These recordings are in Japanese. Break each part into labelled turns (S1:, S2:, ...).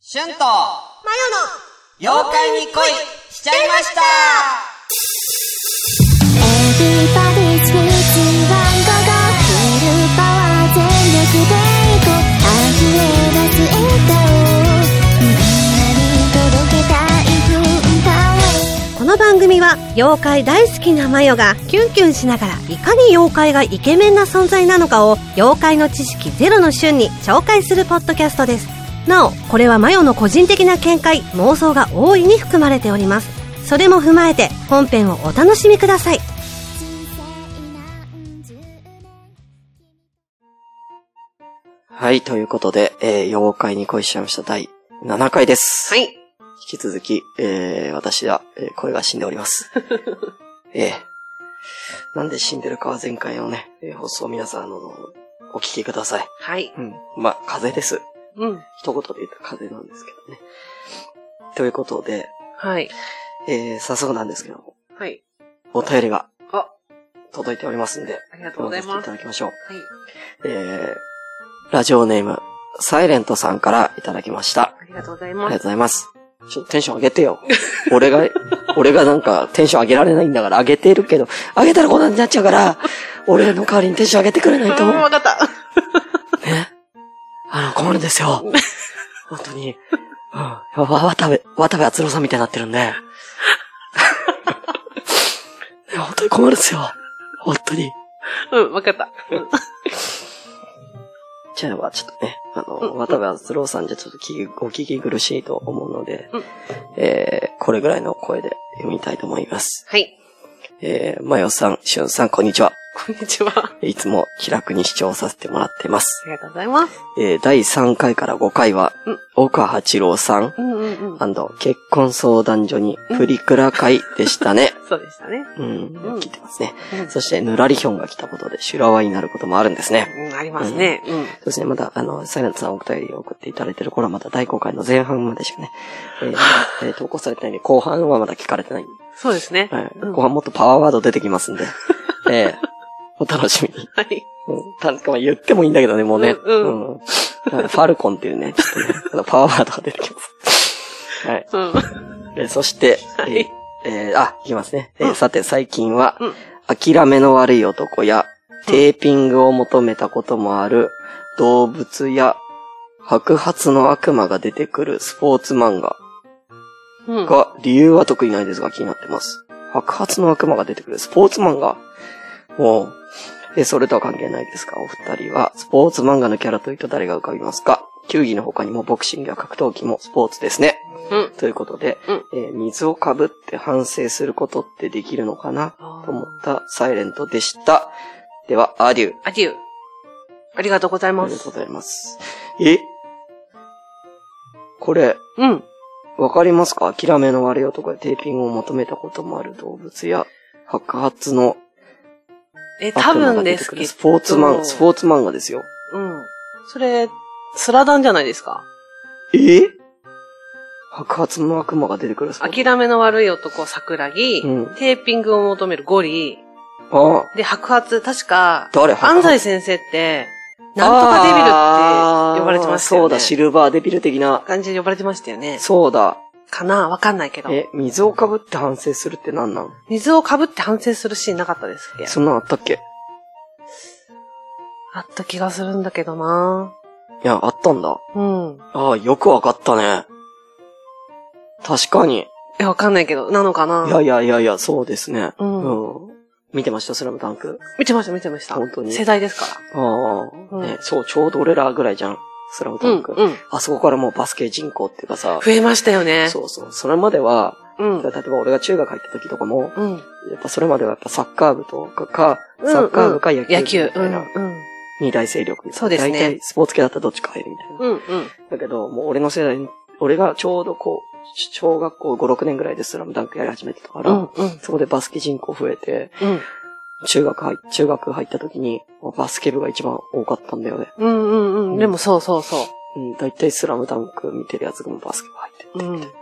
S1: シュンと、マヨの、妖怪に恋しちゃいました
S2: Everybody's waiting ワンゴゴフルパワー全力でいこう溢れ出す笑顔をみんなに届けたい文化を
S3: この番組は妖怪大好きなマヨがキュンキュンしながらいかに妖怪がイケメンな存在なのかを妖怪の知識ゼロの瞬に紹介するポッドキャストですなおこれはマヨの個人的な見解妄想が大いに含まれておりますそれも踏まえて本編をお楽しみください
S4: はい、ということで、えー、妖怪に恋しちゃいました第7回です。
S5: はい。
S4: 引き続き、えー、私は、えー声が死んでおります。 ええなんで死んでるかは前回のね、えー放送を皆さん、あの、お聞きください。
S5: はい。
S4: うん。まあ、風邪です。
S5: うん。
S4: 一言で言ったら風邪なんですけどね。ということで、
S5: はい。
S4: えー、早速なんですけども、
S5: はい。
S4: お便りが、
S5: あ
S4: 届いておりますんで、
S5: ありがとうござ
S4: 読
S5: い
S4: ませてい
S5: ます。
S4: た
S5: は
S4: だ
S5: い。
S4: きましょう。えー、ラジオネーム、サイレントさんからいただきました。
S5: ありがとうござい
S4: ありがと
S5: ま
S4: う
S5: す。
S4: ございます。ちょっとテンション上げてよ。俺が、俺がなんかテンション上げられないんだから上げてるけど、上げたらこんなになっちゃうから、俺の代わりにテンション上げてくれないと。
S5: うん、
S4: ね。
S5: わかった。
S4: あの、困るんですよ。本当に。うん。わ、わ渡部、渡部篤郎さんみたいになってるんで。いや本当に困るんですよ。本当に。
S5: うん、わかった。うん
S4: じゃあ、ちょっとね、あの、
S5: うんうん
S4: 渡部篤郎さんじゃちょっと聞きお聞き苦しいと思うので、
S5: うん
S4: えー、これぐらいの声で読みたいと思います。
S5: はい。
S4: えー、まよさん、しゅんさん、こんにちは。
S5: こんにちは。あ
S4: いつも気楽に視聴させてもらってます。
S5: りがとうございます。
S4: えー、第3回から5回は
S5: うん、
S4: 岡八郎さん、
S5: うんうんうん。
S4: 結婚相談所にプリクラ会でしたね。
S5: そうでしたね。
S4: うん、
S5: うん
S4: 聞いてますね。
S5: うん
S4: そして、ぬらりひょんが来たことで修羅場になることもあるんですね。
S5: うん、ありますね。うん。
S4: そうですね、まだ、あの、サイレントさんお便りを送っていただいてる頃はまだ第5回の前半までしかね、え ーえー投稿されてないんで、後半はまだ聞かれてないんで
S5: そうですね。
S4: はい。
S5: うん
S4: 後半もっとパワーワード出てきますんで。ええお楽しみに。
S5: はい。
S4: うん。たまあ言ってもいいんだけどね、もうね。
S5: うんう
S4: うんファルコンっていうね、ちょっとね、あのパワーワードが出てきます。はい。
S5: うん。
S4: えそして、
S5: はい
S4: えーえーあ、いきますね。えー
S5: うん
S4: さて、最近は、
S5: うん
S4: 諦めの悪い男や、テーピングを求めたこともある、動物や、白髪の悪魔が出てくるスポーツ漫画
S5: うん。
S4: が、理由は特にないですが気になってます。白髪の悪魔が出てくるスポーツ漫画。おうえ、それとは関係ないですかお二人は、スポーツ漫画のキャラというと誰が浮かびますか球技の他にもボクシングや格闘技もスポーツですね。
S5: うん
S4: ということで、
S5: うん
S4: えー水をかぶって反省することってできるのかな
S5: あー
S4: と思ったサイレントでした。では、アデュー。
S5: アデュー。ありがとうござい
S4: あ
S5: ま
S4: りがと
S5: す
S4: うご。ざいます。えこれ、
S5: うん。
S4: わかりますか諦めの悪い男やテーピングを求めたこともある動物や、白髪の
S5: え、多
S4: 悪魔
S5: 分
S4: が出
S5: で
S4: て
S5: す
S4: く
S5: けど。
S4: るスポーツ漫画、スポ
S5: ー
S4: ーツ漫画ですよ。
S5: ツ。うん。それ、スラダンじゃないですか。
S4: え白髪の悪魔が出てくるスポーツ。
S5: 諦めの悪い男、桜木。
S4: うん
S5: テーピングを求めるゴリ。
S4: ああ、
S5: で、白髪、確か、
S4: 誰
S5: 安西先生って、なんとかデビルって呼ばれてましたよね。
S4: そうだ、シルバーデビル的な。
S5: 感じで呼ばれてましたよね。
S4: そうだ。
S5: かなわかんないけど。
S4: え、水をかぶって反省するって何なん
S5: 水をかぶって反省するシーンなかったですっけ
S4: そんなんあったっけ
S5: あった気がするんだけどない
S4: や、あったんだ。
S5: うん。
S4: ああ、よくわかったね。確かに。
S5: え、わかんないけど、なのかない
S4: やいやいやいや、そうですね。
S5: うん
S4: うん。見てました、スラムダンク。
S5: 見てました、見てました。
S4: 本当に
S5: 世代ですか
S4: ああ、
S5: うん
S4: ね、そう、ちょうど俺らぐらいじゃん。スラム
S5: ら。う
S4: ダ
S5: ん、
S4: ンク。
S5: うん。
S4: あそこからもうバスケ人口っていうかさ、
S5: 増えましたよね。
S4: そうそう。それまでは、
S5: う。ん。
S4: 例えば俺が中学入った時とかも、
S5: うん。
S4: やっぱそれまではやっぱサッカー部とかか、
S5: うん
S4: サッカー部か
S5: 野
S4: 野球部み
S5: 球。う
S4: たい
S5: ん。
S4: な、
S5: うん。
S4: 二大勢力。
S5: そうですね
S4: 大体スポーツ系だったらどっちか入るみたいな。
S5: うん。うん。
S4: だけど、もう俺の世代に、俺がちょうどこう、小学校5、6年ぐらいでスラムダンクやり始めてたか
S5: う
S4: ら、
S5: ん。うん。
S4: そこでバスケ人口増えて、
S5: うん。
S4: 中学入、中学入った時に、バスケ部が一番多かったんだよね。
S5: うん。うん。うん。でも、そうそうそ
S4: うん、大体スラムダンク見てるやつがもうバスケ部入ってる
S5: う。うん。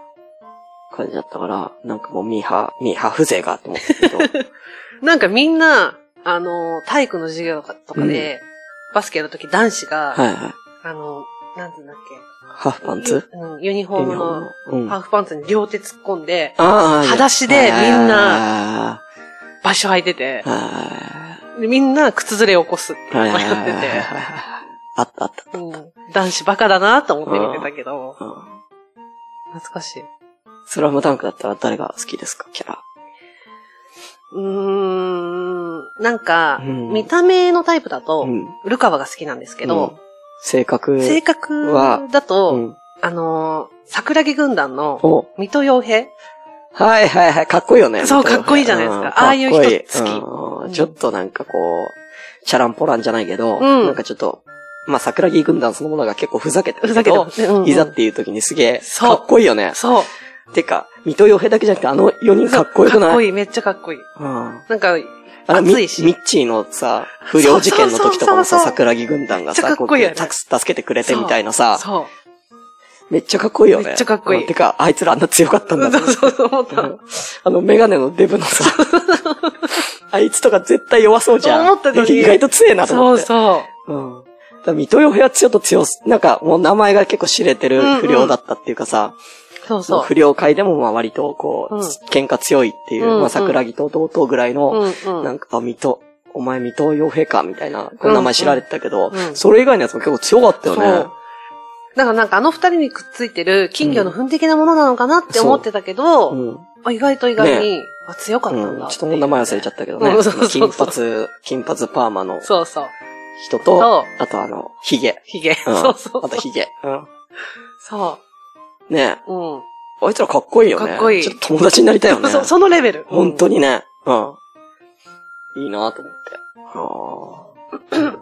S4: 感じだったから、なんかもうミーハー、ミーハー風情がと思ったけど、
S5: なんかみんな、あの、体育の授業とかで、バスケの時男子が、
S4: はいはい。
S5: あの、なんていうんだっ
S4: ハーフ
S5: け。
S4: パンツ
S5: ユうん、ユニフォームの
S4: うん。
S5: ハーフパンツに両手突っ込んで、
S4: あー
S5: 裸足でみんな
S4: な、
S5: 場所履いてて、
S4: あー
S5: でみんな靴ずれを起こすっていう
S4: はい
S5: のを
S4: はい
S5: や
S4: はい
S5: っ
S4: はいはい
S5: て
S4: あったあった。
S5: て、うん男子バカだなと思って見てたけど、
S4: うん
S5: 懐かしい。
S4: スラムダンクだったら誰が好きですかキャラ。
S5: うーん、なんか、
S4: うん
S5: 見た目のタイプだと、
S4: ん。
S5: ルカワが好きなんですけど、
S4: 性格。
S5: 性格だと、
S4: うん。
S5: あのー桜木軍団の、
S4: お
S5: 水戸洋平
S4: はいはいはい。かっこいいよね。
S5: そうかっこいいじゃないですか
S4: うん
S5: ああいう人
S4: かっこいい
S5: 好き
S4: う
S5: うんん
S4: ちょっとなんかこう、チャランポランじゃないけど、
S5: うん
S4: なんかちょっと、まあ、桜木軍団そのものが結構ふざけて
S5: ふ
S4: る
S5: ざ
S4: け
S5: けて
S4: ど、
S5: ますねうんうん
S4: いざっていう時にすげえ、
S5: そう
S4: かっこいいよね。
S5: そう。
S4: てか、水戸洋平だけじゃなくてあの4人かっこよくない
S5: かっこいい、めっちゃかっこいい。
S4: うん。
S5: なんか、
S4: あのミ
S5: 熱いし
S4: ミッチーのさ、不良事件の時とかもさ、
S5: そうそうそうそう
S4: 桜木軍団が
S5: めっち
S4: さ、
S5: ゃかっこいいよね
S4: こうた助けてくれてみたいなさ、
S5: そ
S4: めっちゃかっこいいよね。
S5: めっちゃかっこいい
S4: うんてか、あいつらあんな強かった
S5: う。
S4: んだ
S5: そう
S4: と
S5: そうそう思った。
S4: うん あの、メガネのデブの さ、あいつとか絶対弱そうじゃん。
S5: 思ったのに
S4: 意外と強えなと
S5: そ
S4: 思っ
S5: う
S4: て。
S5: そう。
S4: うん。だから水戸洋平はちょっと強す、なんかもう名前が結構知れてる不良だったっていうかさ、
S5: そう
S4: その
S5: そう。
S4: 不良界でもまあ割とこう、
S5: うん
S4: 喧嘩強いっていう、
S5: うんうん
S4: まあ桜木と弟ぐらいの、
S5: うんうん。
S4: なんか、あ、水戸、お前水戸洋平か、みたいな、こう名前知られてたけど、
S5: うんうん
S4: それ以外のやつも結構強かったよね。
S5: だからなんかあの二人にくっついてる金魚の糞的なものなのかなって思ってたけど、
S4: うん。
S5: あ意外と意外に、あ強かったん
S4: う
S5: だ
S4: ん
S5: て
S4: ちょっ
S5: いう。
S4: とお名前忘れちゃったけどね。
S5: うんそうそうそ
S4: 金
S5: う
S4: 髪、金髪パーマの
S5: そうそう。
S4: 人と、
S5: そう。
S4: あとあの、ヒゲ。
S5: ヒゲ。
S4: うん
S5: そう そう。
S4: あとヒゲ。うん
S5: そ
S4: ねえ
S5: う。うん。
S4: あいつらかっこいいよね。
S5: かっこいい
S4: ちょっと友達になりたいよね。
S5: そ、そのレベル。
S4: 本当
S5: に。
S4: にね。うん。いいなと思って。ああ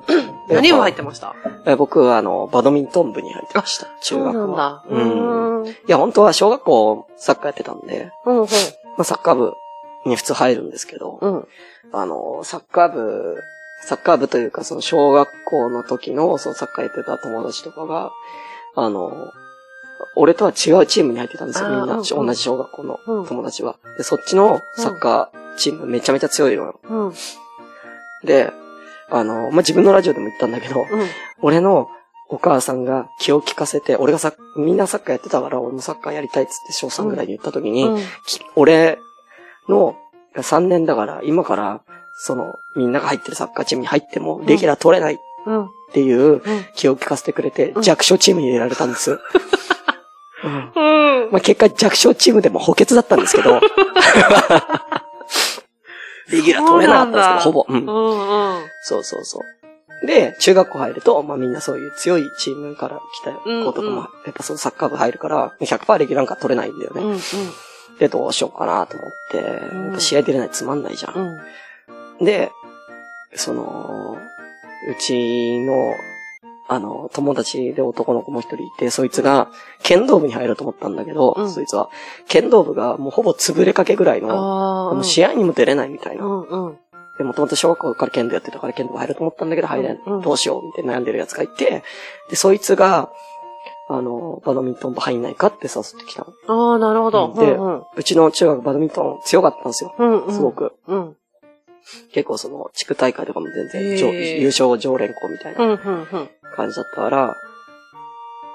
S5: 何部入ってました
S4: え僕はあの、バドミントン部に入ってました。中学
S5: そうなん
S4: は。
S5: だ。
S4: う
S5: うん。うん、
S4: いや、本当は小学校サッカーやってたんで、
S5: うん。
S4: まあ、サッカー部に普通入るんですけど、
S5: うん。
S4: あの、サッカー部、サッカー部というか、その小学校の時の、そのサッカーやってた友達とかが、あの、俺とは違うチームに入ってたんですよ、
S5: あ
S4: み
S5: ー
S4: んな。
S5: うんうん
S4: 同じ小学校の
S5: うん
S4: 友達は。で、そっちのサッカーチームめちゃめちゃ強いのよ。
S5: うん。うん。
S4: で、あの、まあ、自分のラジオでも言ったんだけど、 俺のお母さんが気を利かせて、俺がさ、みんなサッカーやってたから、俺もサッカーやりたいっつって小3ぐらいに言った時に、
S5: うん。
S4: き俺の3年だから、今から、その、みんなが入ってるサッカーチームに入っても、レギュラー取れないっ
S5: うん。
S4: ていう
S5: うん
S4: 気を利かせてくれて、
S5: うん
S4: 弱小チームに入れられたん です。うん
S5: うん。
S4: まあ、結果弱小チームでも補欠だったんですけ ど、レギュラー取れなかったんですけど、ほぼ。うん
S5: うんうん。
S4: そうそうそう。で、中学校入ると、まあみんなそういう強いチームから来た子とかも、
S5: うんうん
S4: やっぱそのサッカー部入るから、100%レギュラーなんか取れないんだよね。
S5: うんうん。
S4: で、どうしようかなと思って、
S5: ん
S4: やっぱ試合出れないとつまんないじゃ。
S5: うんん。
S4: で、その、うちの、あの、友達で男の子も一人いて、そいつが、剣道部に入ろうと思ったんだけど、
S5: うん
S4: そいつは、剣道部がもうほぼ潰れかけぐらいの、
S5: ああ。
S4: もう試合にも出れないみたいな
S5: う。んうん。
S4: で、もともと小学校から剣道やってたから剣道部入ると思ったんだけど入れん。
S5: うんうん
S4: どうしようみたいな悩んでるやつがいて、で、そいつが、あの、バドミントン部入んないかって誘ってきたの。
S5: ああ、なるほど。
S4: で
S5: うん
S4: うちの中学バドミントン強かったんですよ。
S5: うん。
S4: すご。く。
S5: うん。
S4: 結構その、地区大会とかも全然上、
S5: へー
S4: 優勝常連校みたい
S5: うん
S4: な
S5: うんうん。
S4: 感じだったから、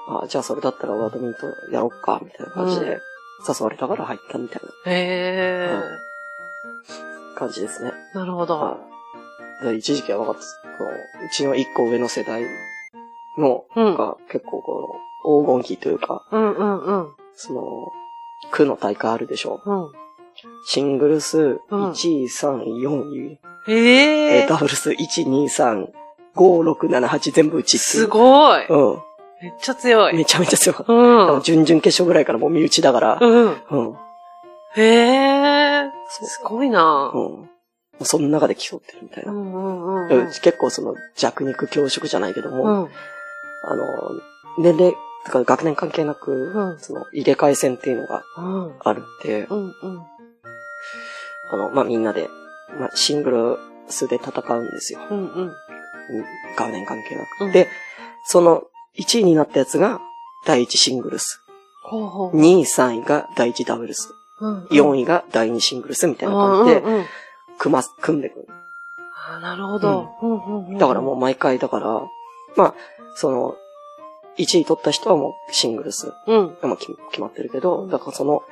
S4: あじゃあそれだったらバドミントンやろっか、みたいな感じ
S5: う
S4: で、誘われたから入ったみたい
S5: へえ。
S4: な感じですね。
S5: なるほど。
S4: はい。で一時期は分かったです。このうちの一個上の世代の、
S5: うん。
S4: が結構この黄金期というか、
S5: うんうんうん。
S4: その、区の大会あるでしょ。
S5: うん。
S4: シングルス
S5: うん
S4: 1、3、4、え
S5: え
S4: ー
S5: え。
S4: ダブルス1、2、3、5、6、7、8全部うちっていう
S5: すごい。
S4: う
S5: めっちゃ強
S4: ん。
S5: い。
S4: めちゃめちゃ強かっ
S5: う
S4: た。
S5: ん。うん
S4: 準々決勝ぐらいからもう身内だから、
S5: うん。
S4: うん。うん。
S5: へえ。すごいな。
S4: もうその中で競ってるみたいうな。
S5: んうんうん
S4: う
S5: うんん。
S4: 結構その弱肉強食じゃないけども、
S5: うん。
S4: あの、年齢とか学年関係なく、
S5: うん
S4: その入れ替え戦っていうのが
S5: うん。
S4: あるんで、
S5: うんうん。
S4: あの、まあ、みんなで、まあ、シングルスで戦うんですよ。
S5: うんう
S4: う
S5: ん。
S4: ん学年関係なく。
S5: うん
S4: で、その1位になったやつが第1シングルス。
S5: ほうほう。
S4: 2位、3位が第1ダブルス。
S5: うん。
S4: 4
S5: 位
S4: 位が第2シングルスみたいな感じで、
S5: うんうん。
S4: 組ま、組んでくる。
S5: ああ、なるほど。うんうんうん
S4: だからもう毎回だから、まあ、その、 1位取った人はもうシングルス、
S5: うん。
S4: まあ、決決まってるけど、だからその、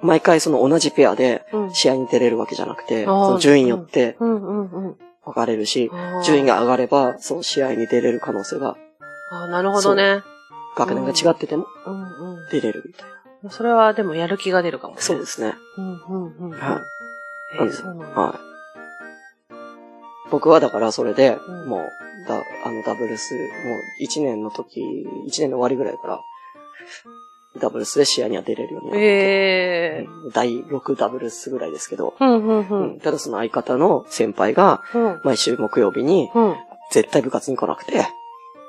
S4: 毎回その同じペアで
S5: うん。
S4: 試合に出れるわけじゃなくて、
S5: あー
S4: その順位によって
S5: うんうんうん。
S4: 分かれるし、
S5: あー
S4: 順位が上がれば、その試合に出れる可能性が、
S5: あーなるほどね。
S4: 学年が違ってても
S5: うんう
S4: 出れるみたいな。
S5: ん。それはでもやる気が出るかもね。
S4: そうですね。
S5: うんうんうん。
S4: はい。
S5: えーそうなんだ。
S4: はい。僕はだからそれで、
S5: うん
S4: もう、だ、あの、ダブルス、もう、1年の時、1年の終わりぐらいから、ダブルスで試合には出れるようになって、
S5: ええ。
S4: うん第6ダブルスぐらいですけど、
S5: うんうん
S4: う
S5: う。
S4: んんただその相方の先輩が、
S5: うん。
S4: 毎週木曜日に、
S5: うん。
S4: 絶対部活に来なくて、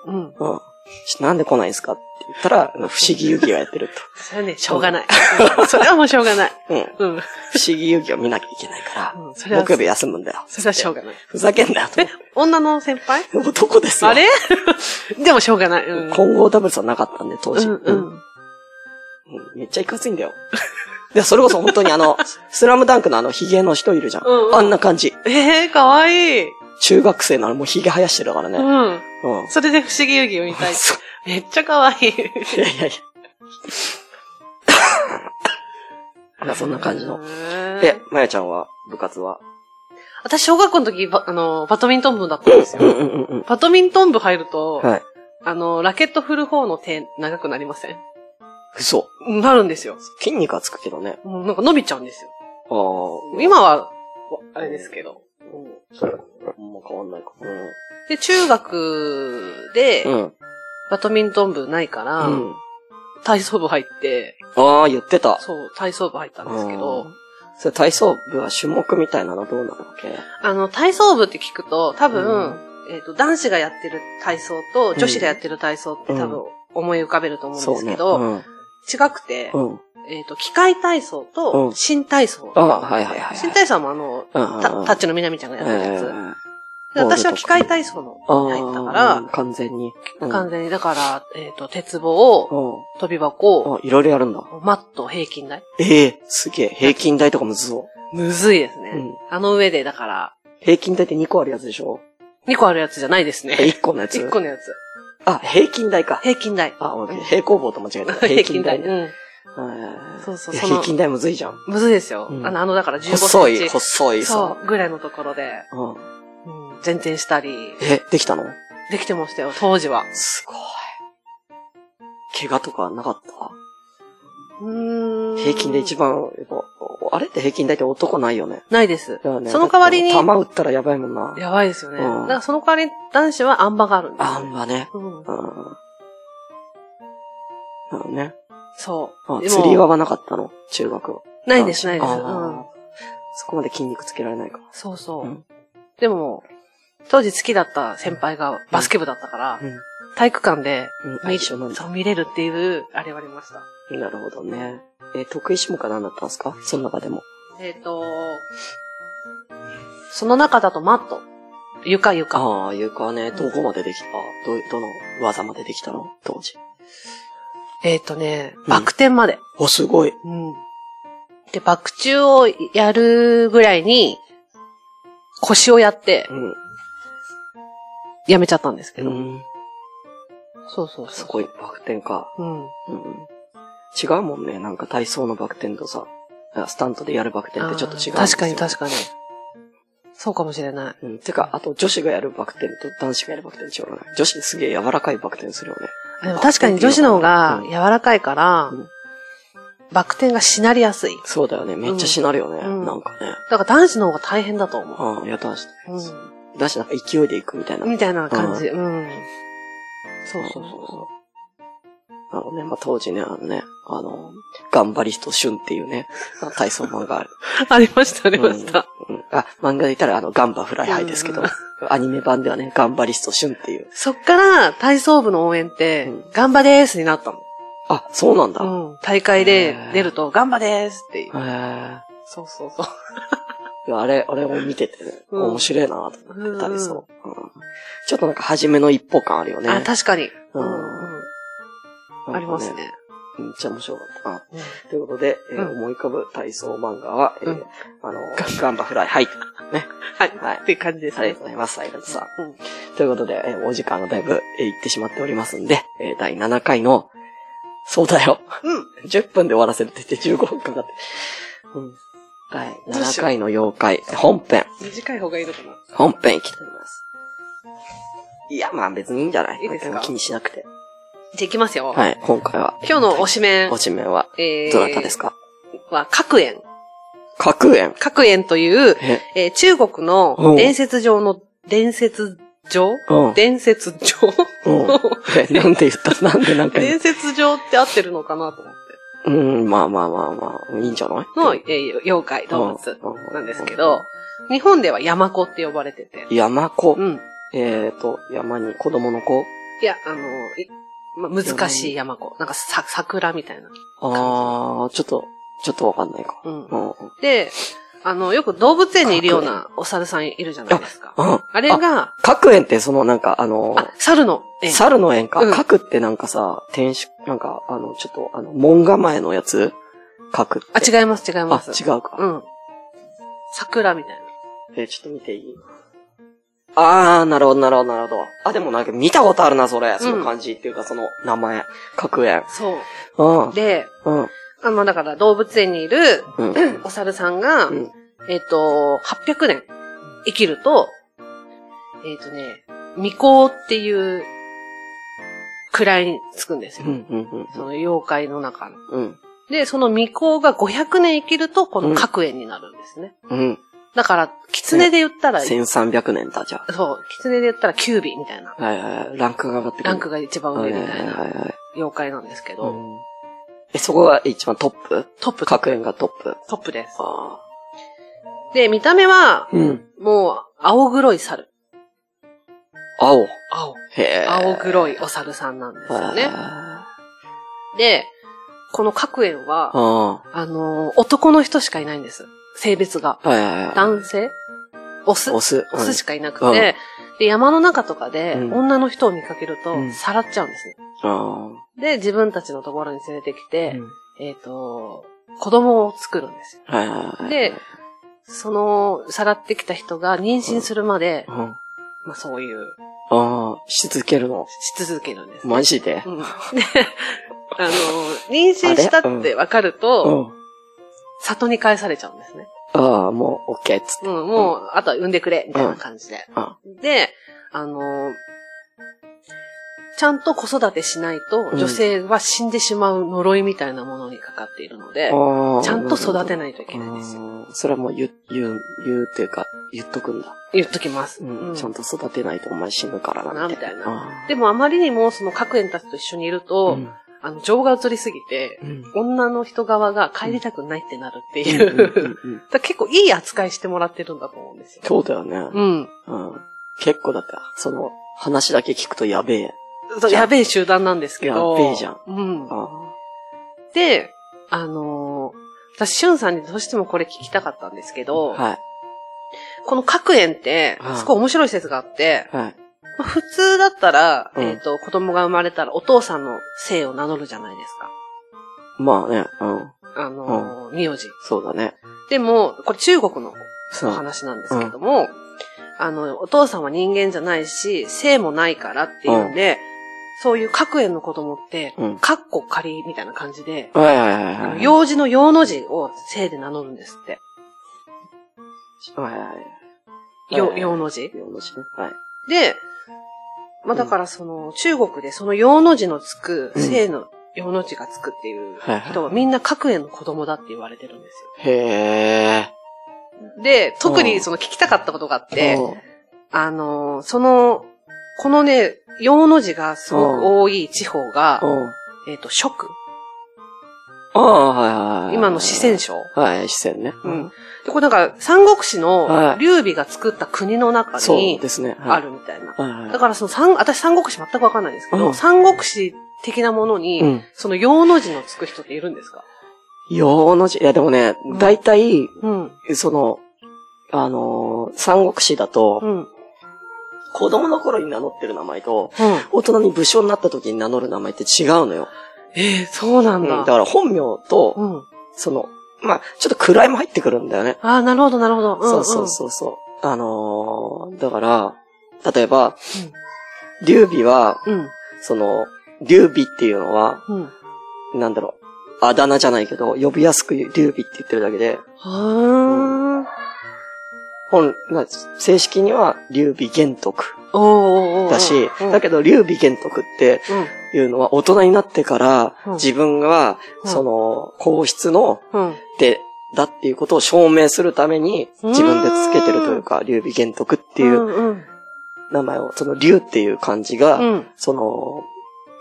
S5: うん。
S4: うん。しなんで来ないんすかって言ったら、あの不思議遊戯をやって る
S5: それはね、しょうがない。うん それはもうしょうがない。
S4: と。うん。
S5: うん。
S4: 不思議遊戯を見なきゃいけないか
S5: うんそれ
S4: ら、
S5: は
S4: 木曜日休むんだよ。
S5: それはしょうがない。
S4: ふざけんなよと
S5: え、女の先輩
S4: 思って。男ですよ。
S5: あれ でもしょうがない。うん。
S4: 混合ダブルスはなかったんで、当時。
S5: うんうん。
S4: うんめっちゃいかついんだよ。 で、それこそ本当にあ の、スラムダンクのあの、ヒゲの人いるじゃん。
S5: うんうん
S4: あんな感じ。
S5: ええ、かわいい。
S4: 中学生ならもうヒゲ生やしてるからね。うん。
S5: うん。それで不思議遊戯を見たい。
S4: そ
S5: めっちゃかわいい。
S4: ういやいやいや。まあそんな感じの。
S5: へー
S4: で、まやちゃんは、部活は。
S5: 私、小学校の時、ばあの、バドミントン部だったんです
S4: うん
S5: よ。
S4: うんうんうん。
S5: バドミントン部入ると、
S4: はい。
S5: あの、ラケット振る方の手長くなりません
S4: 嘘。
S5: なるんですよ。
S4: 筋肉はつくけどね。
S5: もうなんか伸びちゃうんですよ。
S4: ああ。
S5: 今は、あれですけど。
S4: あんま変わんないか。
S5: で、中学で
S4: う、ん。うん。
S5: バドミントン部ないから、
S4: うん。
S5: 体操部入って、
S4: ああ、言ってた。
S5: そう、体操部入ったんですけど、
S4: うんそれ体操部は種目みたいなのどうなるわけ
S5: あの、体操部って聞くと、多分、
S4: う
S5: えっ、と、男子がやってる体操と、女子がやってる体操って多分、思い浮かべると思うんですけど、
S4: そうね。
S5: 違くて、
S4: うん。うん。
S5: えっ、と、機械体操
S4: うん
S5: と、新体操。
S4: ああ、はいはいはい。
S5: 新体操もあの、
S4: うんうんうん
S5: タタッチのみなみちゃんがやってるやつ。
S4: え
S5: で私は機械体操の
S4: ー
S5: に入ったか
S4: あー
S5: ら、
S4: 完全に。
S5: 完全に、だから、えっ、と、鉄棒、
S4: う
S5: 飛び箱、
S4: ん。あ、いろいろやるんだ。
S5: マット、平均台。
S4: ええすげえ。平均台とかもずぞ。
S5: むずいですね。
S4: うん
S5: あの上で、だから、
S4: 平均台って2個あるやつでしょ
S5: 2個あるやつじゃないですね。
S4: ?1 個のやつ。
S5: 1個のやつ。
S4: あ、平均台か。
S5: 平均台。
S4: あ、
S5: う
S4: 俺、
S5: ん
S4: 平行棒と間違えた。平 均
S5: 平均
S4: 台
S5: 台。
S4: ね。
S5: うん。
S4: はい
S5: そうそう
S4: いや
S5: その
S4: 平均台むずいじゃん。
S5: むずいですよ。
S4: うん
S5: あの、あの、だから15センチ。
S4: 細い、細い、
S5: そ
S4: さ。
S5: う、ぐらいのところで、
S4: うん。
S5: うん、前転したり、
S4: え、できたの
S5: できてましたよ、当時は。
S4: すごい。怪我とかなかった
S5: うーん。
S4: 平均で一
S5: 番。
S4: 番、やっぱ、あれって平均台って男ないよね。
S5: ないです。
S4: だよね
S5: その代わりに
S4: だって球打ったらやばいもんな。
S5: やばいですよね。
S4: うん
S5: だからその代わりに男子はあん馬があるんですよ。
S4: あんまね。
S5: うん
S4: う。ん。なのね。
S5: そ
S4: あ
S5: う。、でも
S4: 釣り輪はなかったの中学は。
S5: ないです、ないです。う
S4: あー
S5: ん。
S4: そこまで筋肉つけられないか。。
S5: そうそううんでも、当時好きだった先輩がバスケ部だったから
S4: う、ん。
S5: 体育館で
S4: うん、あ
S5: 見
S4: 一緒なん
S5: そ
S4: だ。
S5: う見れるっていう、あれはありました。
S4: なるほどね。え、得意種目は何だったんですかその中でも。
S5: えっ、と、その中だとマット。床床。
S4: ああ、床ね、どこまでできたどう、どの技までできたの当時。
S5: えっ、とね
S4: ん、
S5: バク転まで。
S4: お、すごい。
S5: うん。で、バク宙をやるぐらいに、腰をやって
S4: う、ん。
S5: やめちゃったんですけど。
S4: うん。
S5: そうそう
S4: す
S5: そ
S4: ごい、バク転か。
S5: う。うん。
S4: うん。違うもんね。なんか体操のバク転とさ、あスタントでやるバク転ってちょっと違う、
S5: あー確かに確
S4: か
S5: かに。そうかもしれない。
S4: に。うん。てか、あと女子がやるバク転と男子がやるバク転違うよね。女子すげえ柔らかいバク転するよね。
S5: あでも確かに女子の方が
S4: うん
S5: 柔らかいから
S4: うん、
S5: バク転がしなりやすい。
S4: そうだよね。めっちゃしなるよね。
S5: うん
S4: なんかね。
S5: だから男子の方が大変だと思
S4: うん。いや、男子。
S5: う。うん。
S4: 男子なんか勢いで行くみたいな。
S5: みたいな感じ。うん。そうそうそうそう。
S4: あのね、まあ、当時ね、あのね、あの、頑張り人旬っていうね、 あの体操漫画ある。
S5: ありました、ありまし
S4: うん
S5: た。
S4: うんあ、漫画で言ったらあの、ガンバフライハイですけど、
S5: うん
S4: アニメ版ではね、頑張り人旬っていう。
S5: そっから、体操部の応援って
S4: うん、
S5: ガンバでーすになったの。
S4: あ、そうなんだ。
S5: うん。大会で出ると、ガンバでーすっていう。
S4: へえ。
S5: そうそうそう。
S4: いやあれ、あれを見ててね、
S5: うん
S4: 面白いなと思ってたり
S5: うんう
S4: そう、うんちょっとなんか初めの一歩感あるよね。
S5: あ、確かに。
S4: う
S5: うんん。うんあります。ね。
S4: めっちゃ面白かったな。
S5: うん
S4: ということで、えー
S5: うん
S4: 思い浮かぶ体操漫画は、えー
S5: うん
S4: あの、ガンバフライ、はい。ね。
S5: はい。
S4: はい
S5: っていう感じです
S4: ありが
S5: ね
S4: とう。ございます。ありがとうさん。
S5: うん。
S4: ということで、えーお時間がだいぶ、えー行ってしまっておりますんで、えー第7回の、そうだよ。 うん。10分で終わらせるって言って15分かかって。うん。はい。
S5: どう
S4: 7
S5: しよう
S4: 回の妖怪、本編。
S5: 短い方がいいのかな
S4: 本編行きたいと思います。いや、まあ別にいいんじゃない
S5: いいですか
S4: 本編気にしなくて。
S5: じゃあ行きますよ。
S4: はい。今回は、
S5: 今日の推しメン
S4: お、しめは、
S5: え
S4: どなたですか
S5: は、角園。
S4: 角園。
S5: 角園という、
S4: え、
S5: えー中国
S4: う
S5: の
S4: ん
S5: 伝説上の、伝説上
S4: うん。
S5: 伝説上
S4: うん。え、なんで言った なんでなんか言っ
S5: 伝説上って合ってるのかなと思って。
S4: たうん、まあまあまあまあ、いいんじゃない
S5: の、えー妖怪、動物
S4: うん
S5: なんですけど、日本では山子って呼ばれてて。
S4: 山子
S5: う。ん。
S4: えーと、山に子供の子
S5: いや、あの、いま、難しい山子。なんかさ、桜みたいな。
S4: あー、ちょっと、ちょっとわかんないか。
S5: うん
S4: う。ん。うん。
S5: で、あの、よく動物園にいるようなお猿さんいるじゃないですか。あれ
S4: あ、
S5: が、
S4: 各園ってそのなんかあの、
S5: あ、猿の園。
S4: 猿の園か。
S5: うん
S4: 各ってなんかさ、天使、なんかあの、ちょっとあの、門構えのやつ各って。
S5: あ、違います、違いま
S4: あ
S5: す。、
S4: 違うか。
S5: うん。桜みたい
S4: えー、ちょっと見ていいあー、なるほど、なるほど、なるほど。あ、でもなんか見たことあるな、それ。その感じっていうか、その名前。各園
S5: な。。そ
S4: う
S5: う。
S4: ん。うん。
S5: で、
S4: うん。
S5: あまあだから動物園にいる
S4: うん。
S5: お猿さんが、
S4: うん
S5: えっ、と、800年生きると、えっ、とね、巫女っていう位につくんですよ。
S4: うん。うん。
S5: その妖怪の中の。
S4: うん。
S5: で、その巫女が500年生きると、この各園になるんですね。
S4: うん。
S5: だから、狐で言ったら、
S4: 1300年だ、じゃ
S5: そう、狐で言ったら九尾みたいな。
S4: あ。はいはいはい。ランクが上がってくる。
S5: ランクが一番
S4: は
S5: 上
S4: いは
S5: み
S4: い
S5: た
S4: はいい
S5: な
S4: はい。
S5: 妖怪なんですけど、
S4: うんえ、そこが一番トップ
S5: トップ、ト
S4: 格園がトップ。
S5: ップです。
S4: あ
S5: で、見た目は、
S4: うん。
S5: もう、青黒い猿。
S4: 青。
S5: 青。
S4: へえ。
S5: 青黒い
S4: で
S5: お猿さんなんです
S4: す
S5: よね。で、この各園は、
S4: あ
S5: あのー、男の人しかいないんです。性別が。
S4: あ。はいはいはい。
S5: 男性オス
S4: オ
S5: オ
S4: ス。
S5: スしかいなく
S4: うん
S5: て、で、山の中とかで、
S4: うん
S5: 女の人を見かける
S4: う
S5: と、
S4: ん
S5: さらっちゃうんですね。
S4: うんあ
S5: で、自分たちのところに連れてき
S4: あ。
S5: て、えっと、子供を作るんですよ。
S4: はいはいはい。
S5: で、その、さらってきた人が妊娠するまで
S4: う、ん。あ
S5: まあそういう、
S4: あ、し続けるの。
S5: し続けるんですね。
S4: マジで
S5: うんで、 あの、妊娠したってわかる
S4: う
S5: と、
S4: ん。
S5: 里に返されちゃうんですね。
S4: ああ、もう、オッケーっつって。
S5: うん、もう、あとは産んでくれ、みたいな感じで。
S4: あ
S5: で、あの、ちゃんと子育てしないと、
S4: うん
S5: 女性は死んでしまう呪いみたいなものにかかっているので、
S4: ああ
S5: ちゃんと育て
S4: な
S5: ないといけないんですよ。
S4: それはもう言う、言う、言うっていうか、言っとくんだ。
S5: 言っときます。
S4: うん。ちゃん
S5: と。
S4: と育てないとお前死ぬからな、みたい
S5: なみたい
S4: な。
S5: でもあまりにも、その各園たちと一緒にいると、
S4: うん
S5: あの、情が移りすぎて、
S4: うん。
S5: 女の人側が帰りたくないってなるって
S4: う
S5: い
S4: んうん
S5: う、
S4: うんうん
S5: だから結構いい扱いしてもらってるんだと思うんですよ。
S4: そうだよね。
S5: うん。
S4: うん。結構だって、その、話だけ聞くとやべえ。
S5: そう
S4: じゃあ
S5: やべえ集団なんですけど。
S4: やべえじゃん。
S5: うん。
S4: あ
S5: で、あのー私、しゅんさんにどうしてもこれ聞きたかったんですけ
S4: あ
S5: ど、
S4: はい。
S5: この各園って
S4: は、い
S5: すごい面白い説があって、
S4: はい。
S5: まあ普通だったら、
S4: うん
S5: えっ、と、子供が生まれたらお父さんの姓を名乗るじゃないです
S4: まあね、うん。
S5: か。あのー名字。
S4: そうだね。
S5: でも、これ中国の
S4: そ
S5: お
S4: う。
S5: 話なんですけども、あの、お父さんは人間じゃないし、性もないからっていうんで、そういう各園の子供って、
S4: うん
S5: カッコ仮みたいな感じで、
S4: はいはいはい
S5: あ
S4: は
S5: の
S4: い。
S5: 幼児の幼の字を性で名乗るんですって。
S4: はいはい。
S5: よ
S4: はい
S5: 幼の字
S4: よの字ね。はい。
S5: で、まあだからその、中国でその幼の字のつく、
S4: うん
S5: 性の幼の字がつくっていう
S4: はいはい
S5: 人はみんな各園の子供だって言われてるんです
S4: へえ。
S5: よ。で、特
S4: う
S5: に
S4: ん
S5: その聞きたかったことがあって、
S4: うん
S5: あのー、その、このね、用の字がすごく多い地方が、
S4: うん。
S5: えっ、と、諸区。
S4: ああ、はいはいはい。
S5: 今の四川省。
S4: はい、四川ね。
S5: うん。で、これなんか、三国志
S4: は
S5: の
S4: い
S5: 劉備が作った国の中
S4: そう
S5: に
S4: ですね。はい
S5: あ。るみたいな。
S4: はいはい。
S5: だからその三、私三国志全くわかんないんですけ
S4: う
S5: ど、
S4: ん
S5: 三国志的なものに、
S4: うん。
S5: その用の字のつく人っているんですか
S4: よの字。いやでもね
S5: う、ん
S4: 大体、
S5: うん。
S4: その、あのー、三国志だ
S5: う
S4: と、
S5: ん。うん。
S4: 子供の頃に名乗ってる名前と、大人に武将になった時に名乗る名前って違うのよ。
S5: ええそうな
S4: うんん、だ
S5: だ。
S4: から本名と、
S5: うん。
S4: その、まあ、ちょっと位も入ってくるんだよね。
S5: ああ、なるほど、なるほど。うん
S4: そうそうそうそう。あのーだから、例えば、劉備は、
S5: うん。
S4: その、劉備っていうのは、
S5: うん。
S4: なんだろう、あだ名じゃないけど、呼びやすく劉備って言ってるだけで、
S5: は
S4: 本、な正式には劉備玄徳
S5: ー。おーおーおー。
S4: だし、
S5: うん
S4: だけど劉備玄徳っていうのは大人になってから
S5: うん
S4: 自分が、
S5: うん
S4: その、皇室の
S5: うん。うん。
S4: で、だっていうことを証明するために
S5: うん
S4: 自分でつけてるというか、劉備玄徳っていう
S5: うん。
S4: 名前を、その劉っていう漢字が、
S5: うん。
S4: その、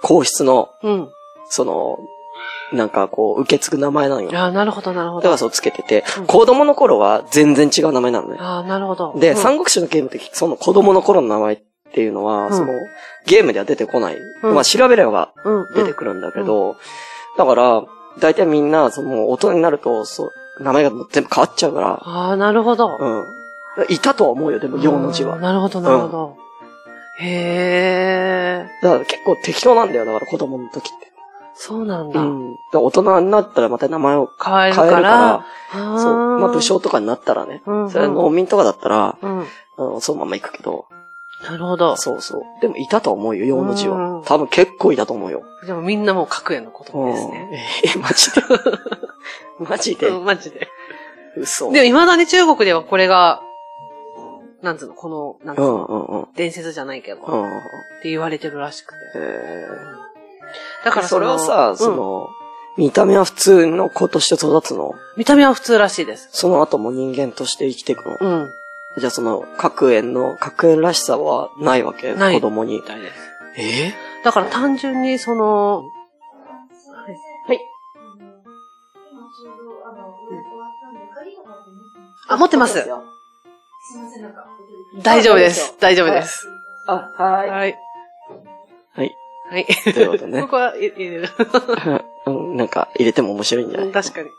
S4: 皇室の、
S5: うん。
S4: その、なんかこう、受け継ぐ名前なんよ。だ
S5: ああ、なるほど、なるほ
S4: か
S5: ど。
S4: らそうつけてて、
S5: うん
S4: 子供の頃は全然違う名前なのね。
S5: ああ、なるほど。
S4: で、
S5: うん
S4: 三国志のゲームって、その子供の頃の名前っていうのは、
S5: うん
S4: その、ゲームでは出てこない。
S5: うん
S4: まあ、調べれば
S5: うん。
S4: 出て
S5: る。
S4: くるんだけど、だから、大体みんな、その、大人になると、そう、名前がもう全部変わっちゃうから、
S5: ああ、なるほど。
S4: うん。いたとは思うよ、でも、用の字は。
S5: うん
S4: だか
S5: なるほど、なるほど。へえ。
S4: ら結構適当なんだよ、だから子供の時って。
S5: そうなん
S4: う
S5: だ。
S4: ん。だから大人になったらまた名前を
S5: 変
S4: 変え
S5: える
S4: るか
S5: からら、。
S4: そう。まあ、武将とかになったらね。
S5: うんうん
S4: それは農民とかだったら、
S5: うん。
S4: あのそのまま行くけど。
S5: なるほど。
S4: そうそう。でも、いたとは思うよ、用の字
S5: うんうん
S4: は。多分結構いたと思うよ。
S5: でもみんなもう格言の言葉ですね。
S4: うんえ、マジで。 マジで
S5: う。ん、マジで。
S4: 嘘。
S5: でも未だに中国ではこれが、なんつうの、この、なんつ
S4: う
S5: うの、
S4: んうんうん。
S5: 伝説じゃないけど、
S4: うん
S5: っ
S4: うんうん。
S5: て言われてるらしくて。
S4: えー
S5: だから
S4: それ
S5: の
S4: はさ、そ、
S5: うん
S4: の、見た目は普通の子として育つの
S5: 見た目は普通らしいです。
S4: その後も人間として生きていくの
S5: うん。
S4: じゃあその、各園の、各園らしさはないわけ
S5: ない
S4: 子供に
S5: み。たいです。
S4: え
S5: だから単純にその、
S4: はい。
S5: あ、持ってます。大丈夫です。大丈夫です。
S4: あ、は
S5: はい。
S4: はい。
S5: はい。
S4: い。ということ でね
S5: ここは入入れる。
S4: うん。なんか、入れても面白いんじゃない
S5: 確かに。うん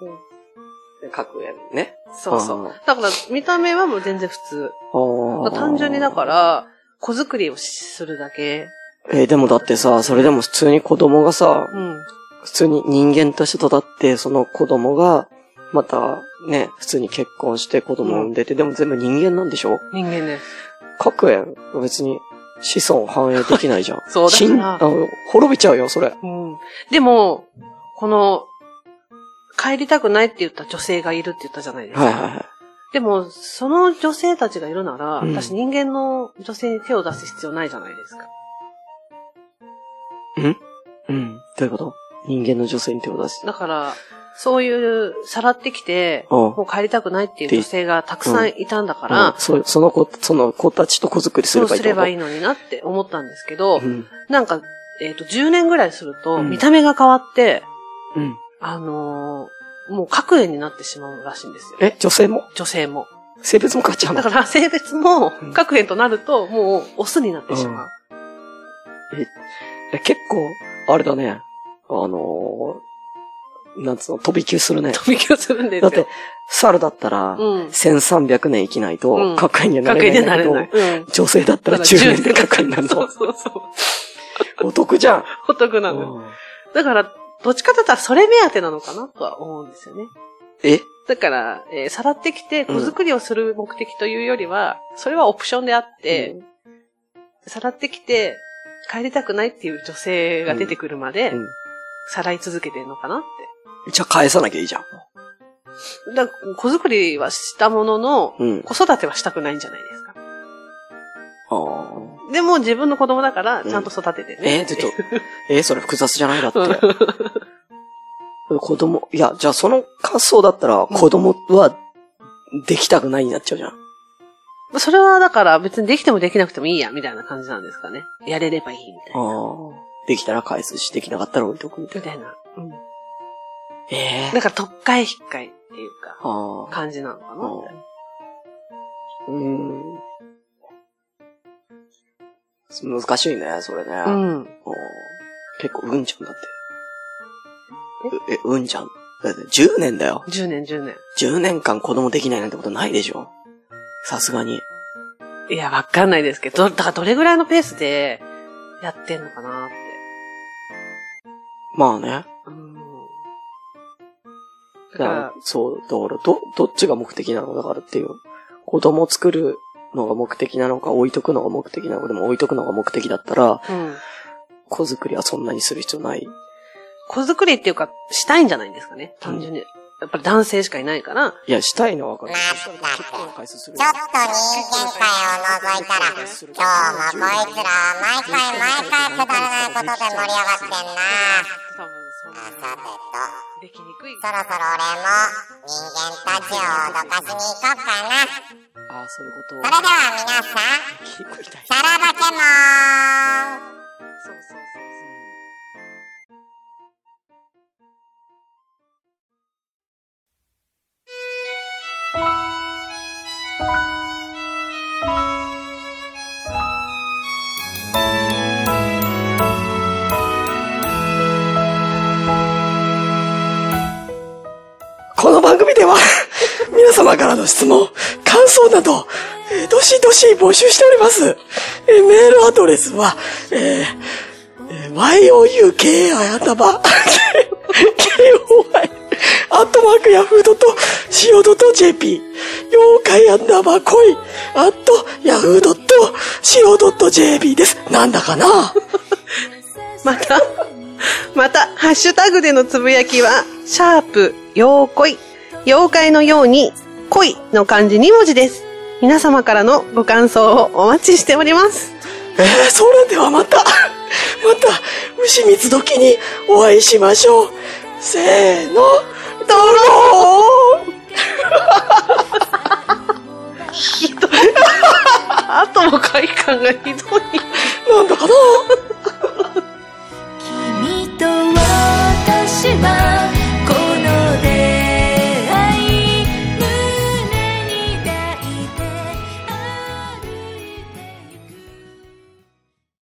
S4: 各園ね。。
S5: そうそううんだから、見た目はもう全然普通。
S4: ああ。
S5: 単純にだから、子作りをするだけ。
S4: えーでもだってさ、それでも普通に子供がさ、
S5: うん。
S4: 普通に人間として育って、その子供が、また、ね、普通に結婚して子供を産んでて、でも全部人間なんでしょ
S5: 人間です。
S4: 各園、別に子孫繁栄できないじゃん。
S5: そうだ
S4: 死ん
S5: な
S4: あの滅びちゃうよ、それ。
S5: うん。でも、この、帰りたくないって言った女性がいるって言ったじゃないですか。
S4: はいはいはい。
S5: でも、その女性たちがいるなら、
S4: うん
S5: 私人間の女性に手を出す必要ないじゃないですか。
S4: うん。どういうこと人間の女性に手を出す。
S5: だから、そういう、さらってきて、
S4: うん
S5: もう帰りたくないっていう女性がたくさんいたんだから、
S4: うん、そその子、その子たちと子作りす
S5: そ
S4: れ
S5: う
S4: ばいい
S5: す
S4: って
S5: れ
S4: こと
S5: ばいいのになって思ったんですけど、
S4: うん。
S5: なんか、えっ、と、10年ぐらいする
S4: う
S5: と、
S4: ん
S5: 見た目が変わって、
S4: うん。
S5: あのーもう各園になってしまうらしいんですよ。
S4: え、女性も
S5: 女性も。
S4: 性別も変わっちゃうの
S5: だから、性別も各園となると、もう、オスになってしまう。
S4: え結構、あれだね。あのー、なんつうの、飛び級するね。
S5: 飛び級するんです
S4: だ
S5: よ。
S4: って、、猿だったら、
S5: うん。
S4: 1300年生きないと
S5: う、ん
S4: 各園にはな
S5: 各
S4: れ
S5: 園
S4: ない
S5: に
S4: んだ
S5: な
S4: け
S5: れ
S4: ど、
S5: ない。うん。
S4: 女性だったら10年で各園になる
S5: そう
S4: の。
S5: そうそう。
S4: お得じゃん。
S5: お得なの。
S4: うん
S5: だから、どっちかといったらそれ目当てなのかなとは思うんですよね。
S4: え
S5: だから、えーさらってきて、子作りをする目的というよりは、それはオプションであって、
S4: う
S5: さらってきて、帰りたくないっていう女性が出てくるまで、
S4: うん
S5: さらい続けてるのかなって。
S4: じゃあ返さなきゃいいじゃん。
S5: だから、子作りはしたものの、
S4: うん。
S5: 子育てはしたくないんじゃないですか。
S4: あー
S5: でも自分の子供だから、
S4: うん
S5: ちゃんと育ててね。
S4: えー、ちょっと、えー、それ複雑じゃない だって。子供、いや、じゃあその感想だったら、子供は、できたくないになっちゃうじゃん。
S5: と。それはだから、別にできてもできなくてもいいや、みたいな感じなんですかね。やれればいい、みたいな。
S4: ああ。できたら返すし、できなかったら置いとくみた
S5: み
S4: いな。
S5: たいな。うん。だ
S4: ええ
S5: から、とっかえひっかえっていうか、
S4: ああ。
S5: 感じなのかな。
S4: うん。難しいね、それね。う
S5: う
S4: ん
S5: ん。
S4: 結構、うんちゃんだって。え、えうんちゃん。だって10年だよ。
S5: 10年、10年。
S4: 10年間子供できないなんてことないでしょ。さすがに。
S5: いや、わかんないですけど、だからどれぐらいのペースでやってんのかなって。
S4: まあね。
S5: うん。だ
S4: だ
S5: か
S4: からら、そう、だから、ど、どっちが目的なのだからっていう。子供作るのが目的なのか、置いとくのが目的なのか、でも置いとくのが目的だったら、
S5: うん。
S4: 子作りはそんなにする必要ない。
S5: 子作りっていうか、したいんじゃないんですかね。単純に。やっぱり男性しかいないから、
S4: いや、したいのはわかる。
S1: まあそうだけど
S4: 結婚は回数する
S1: ちょっと人間界を覗いたら、今日もこいつらは毎回毎回くだらないことで盛り上がってんな。
S5: 多分そんな
S1: あさてと、
S5: できにくい。
S1: そろそろ俺も人間たちを脅かしに行こうかな。そ
S4: ああ、そういうことを
S1: れでは皆
S4: 聞い
S1: さん、
S4: てみたい。
S1: さらばけもーん
S5: そうそうそう。
S4: この番組では、皆様からの質問、感想など、えーどしどし募集しております。えーメールアドレスは、えーえー youk あやたば、koy、アットマークヤフードと CO.jp、妖怪アンダーバー恋、アットヤフードと CO.jp です。なんだかな
S5: また、また、ハッシュタグでのつぶやきは、シャープ、ようこい、妖怪のように、恋の漢字2文字です。皆様からのご感想をお待ちしております。
S4: えー、それではまた、また、牛三つ時にお会いしましょう。せーの、ドローン
S5: あとも快感がひどい。
S4: なんだかな